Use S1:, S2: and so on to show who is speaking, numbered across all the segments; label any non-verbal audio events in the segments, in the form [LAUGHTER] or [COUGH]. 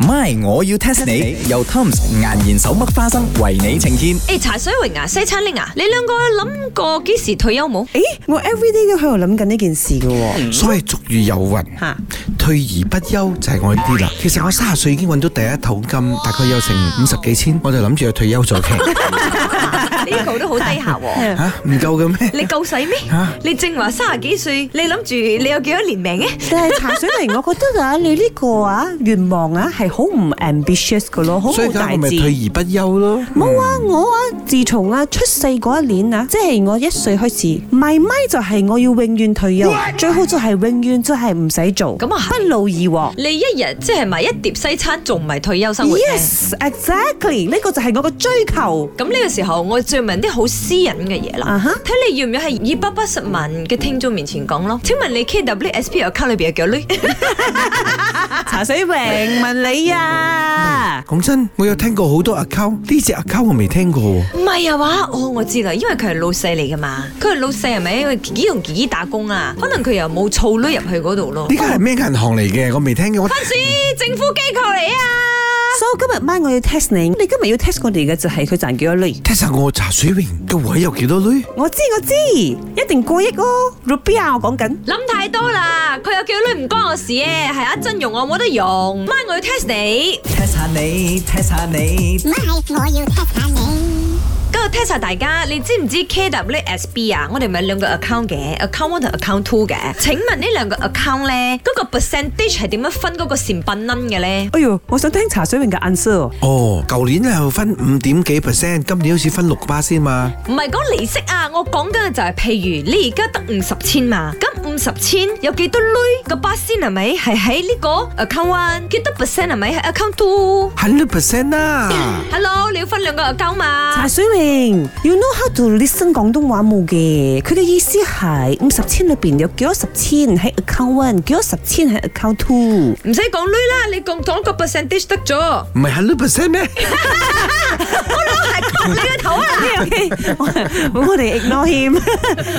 S1: My，我要 test 你。由 Tom's 岩研手剝花生為你呈現。
S2: 誒，茶水榮啊，西餐令啊，你兩個諗過幾時退休冇？ [LAUGHS]
S3: 誒，我 everyday 都喺度諗緊呢件事嘅喎。
S4: 所謂俗語有云，
S3: 嚇
S4: 退而不休就係我呢啲啦。其實我三十歲已經揾到第一桶金，大概有成五十幾千，我就諗住去退
S1: [LAUGHS]
S4: 休做嘅。
S2: 呢個都好低下喎。
S4: 吓唔夠嘅咩？
S2: 你夠細咩
S4: 啊？
S2: 你正話三十幾歲，你諗住你有幾多年命嘅？
S3: 但係茶水嚟，我覺得啊，你呢個啊願望啊係好唔 ambitious 嘅咯，好
S4: 所以
S3: 冇
S4: 而家
S3: 大
S4: 我咪
S3: 志。
S4: 退而不休咯。
S3: 冇啊！我啊，自從啊出世嗰一年啊，即係我一歲開始，咪咪就係我要永遠退休，最好就係永遠都係唔使做，
S2: 咁啊係
S3: 不勞而獲。
S2: 你一日即係埋一碟西餐，仲唔係退休生活咩
S3: Yes, exactly，呢個就係我嘅追求。
S2: 咁呢個時候，我最問啲好私隱嘅嘢啦
S3: 啊哈，
S2: 睇你要唔要喺二百八十萬嘅聽眾面前講咯？請問你 KWSP account 裏邊有幾多呢？
S3: 茶水榮問你啊，
S4: 講真，我有聽過好多 account，呢隻 account 我未聽過喎。
S2: [LAUGHS] 唔係啊話，哦，我知啦，因為佢係老細嚟噶嘛，佢係老細係咪？因為自己同自己打工啊，可能佢又冇儲女入去嗰度咯。
S4: 呢間係咩銀行嚟嘅？我未聽過。我
S2: 是政府機構嚟啊！
S3: 所以今日晚我要 test 你，你今日要 test 我哋嘅就係佢賺幾多鐳。
S4: 睇下我茶水榮嘅位有幾多女？
S3: 我知我知，一定過億哦 r u b i 啊，我講緊。
S2: 諗太多啦，佢有叫女唔關我事嘅，係阿珍用我冇得用，媽我要 test 你，
S1: test 下你，test 下你。
S5: My，我要 test 下你。
S2: 跟住 test à, 下大家，你知唔知 KWSB 啊？我哋咪有兩個 account 嘅，account one 同 account two 嘅。請問呢兩個 account 咧，嗰、個 percentage 係點樣分嗰個善品冧嘅咧？
S3: 哎呦，我想聽茶水榮嘅 answer 喎。
S4: 哦，舊年係分五點幾 percent，今年好似分六巴先嘛。
S2: 唔係講利息啊，我講緊嘅就係、譬如你而家得五十千嘛，咁五十千有幾多鐳個八仙係咪係喺呢個 account one？幾多 percent 係咪喺 account two？
S4: hundred percent 啊啦。
S2: Hello，你要分兩個 account 嘛
S3: 茶？水榮，you know how to listen 廣東話冇嘅？佢嘅意思係五十千裏邊有幾多十千喺 account one，幾多十千喺 account two。
S2: 唔使講女啦，你講講個 percentage 得咗。
S3: [LAUGHS]
S4: 唔係 hundred percent 咩？
S2: 你個頭啊！
S3: OK，我哋 ignore him。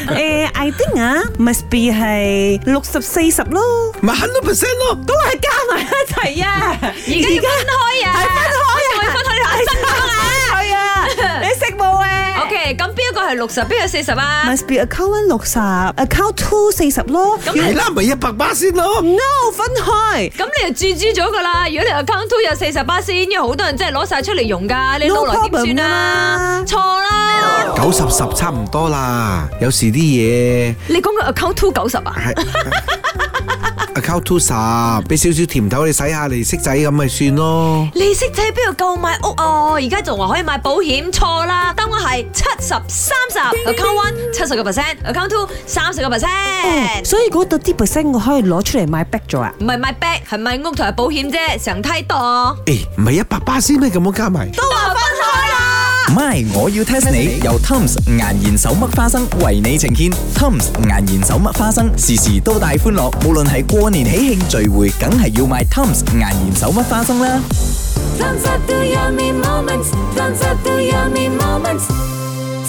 S3: 誒，I think 啊，must be 係六十四十咯，
S4: 咪 hundred percent 咯。
S3: 都係加埋一
S2: [LAUGHS]
S3: 齊啊！
S2: 而家要分開啊！
S3: 係分開啊
S2: 我仲要分開你話真講啊
S3: 係啊，你識冇
S2: [LAUGHS]
S3: 啊
S2: ！OK，咁邊一個係六十，邊個四十啊？
S3: ？Must be account one 六十，account two 四十咯。
S4: 係啦，咪一百巴先咯。
S3: No，分開。
S2: 咁你就注資咗噶啦。如果你 account two 有四十八先，因為好多人真係攞晒出嚟用噶，你
S3: No
S2: 攞來點算啊？
S3: problem 啊
S2: 錯啦！
S4: 九十十差唔多啦，有時啲嘢
S2: 你講個 account two 九十啊？
S4: 係 [LAUGHS] account two 十，俾少少甜頭你洗下嚟色仔咁咪算咯。
S2: 利息仔邊度夠買屋哦？而家仲話可以買保險，錯啦！當我係七十三十，account one 七十個 percent，account two 三十個 percent。
S3: 所以嗰度啲 percent 我可以攞出嚟買 back 咗啊。
S2: 唔係買 back，係買屋同埋保險啫，常睇多。
S4: 誒，唔係一百巴先咩？咁樣加埋。
S2: 都話分開啦。
S1: My，我要 test 你。由 Tom's 岩研手剝花生為你呈現。Tom's 岩研手剝花生，時時都帶歡樂。無論係過年喜慶聚會，梗係要買 Tom's 岩研手剝花生啦。
S6: Moments, tons of yummy moments,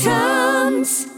S6: tons.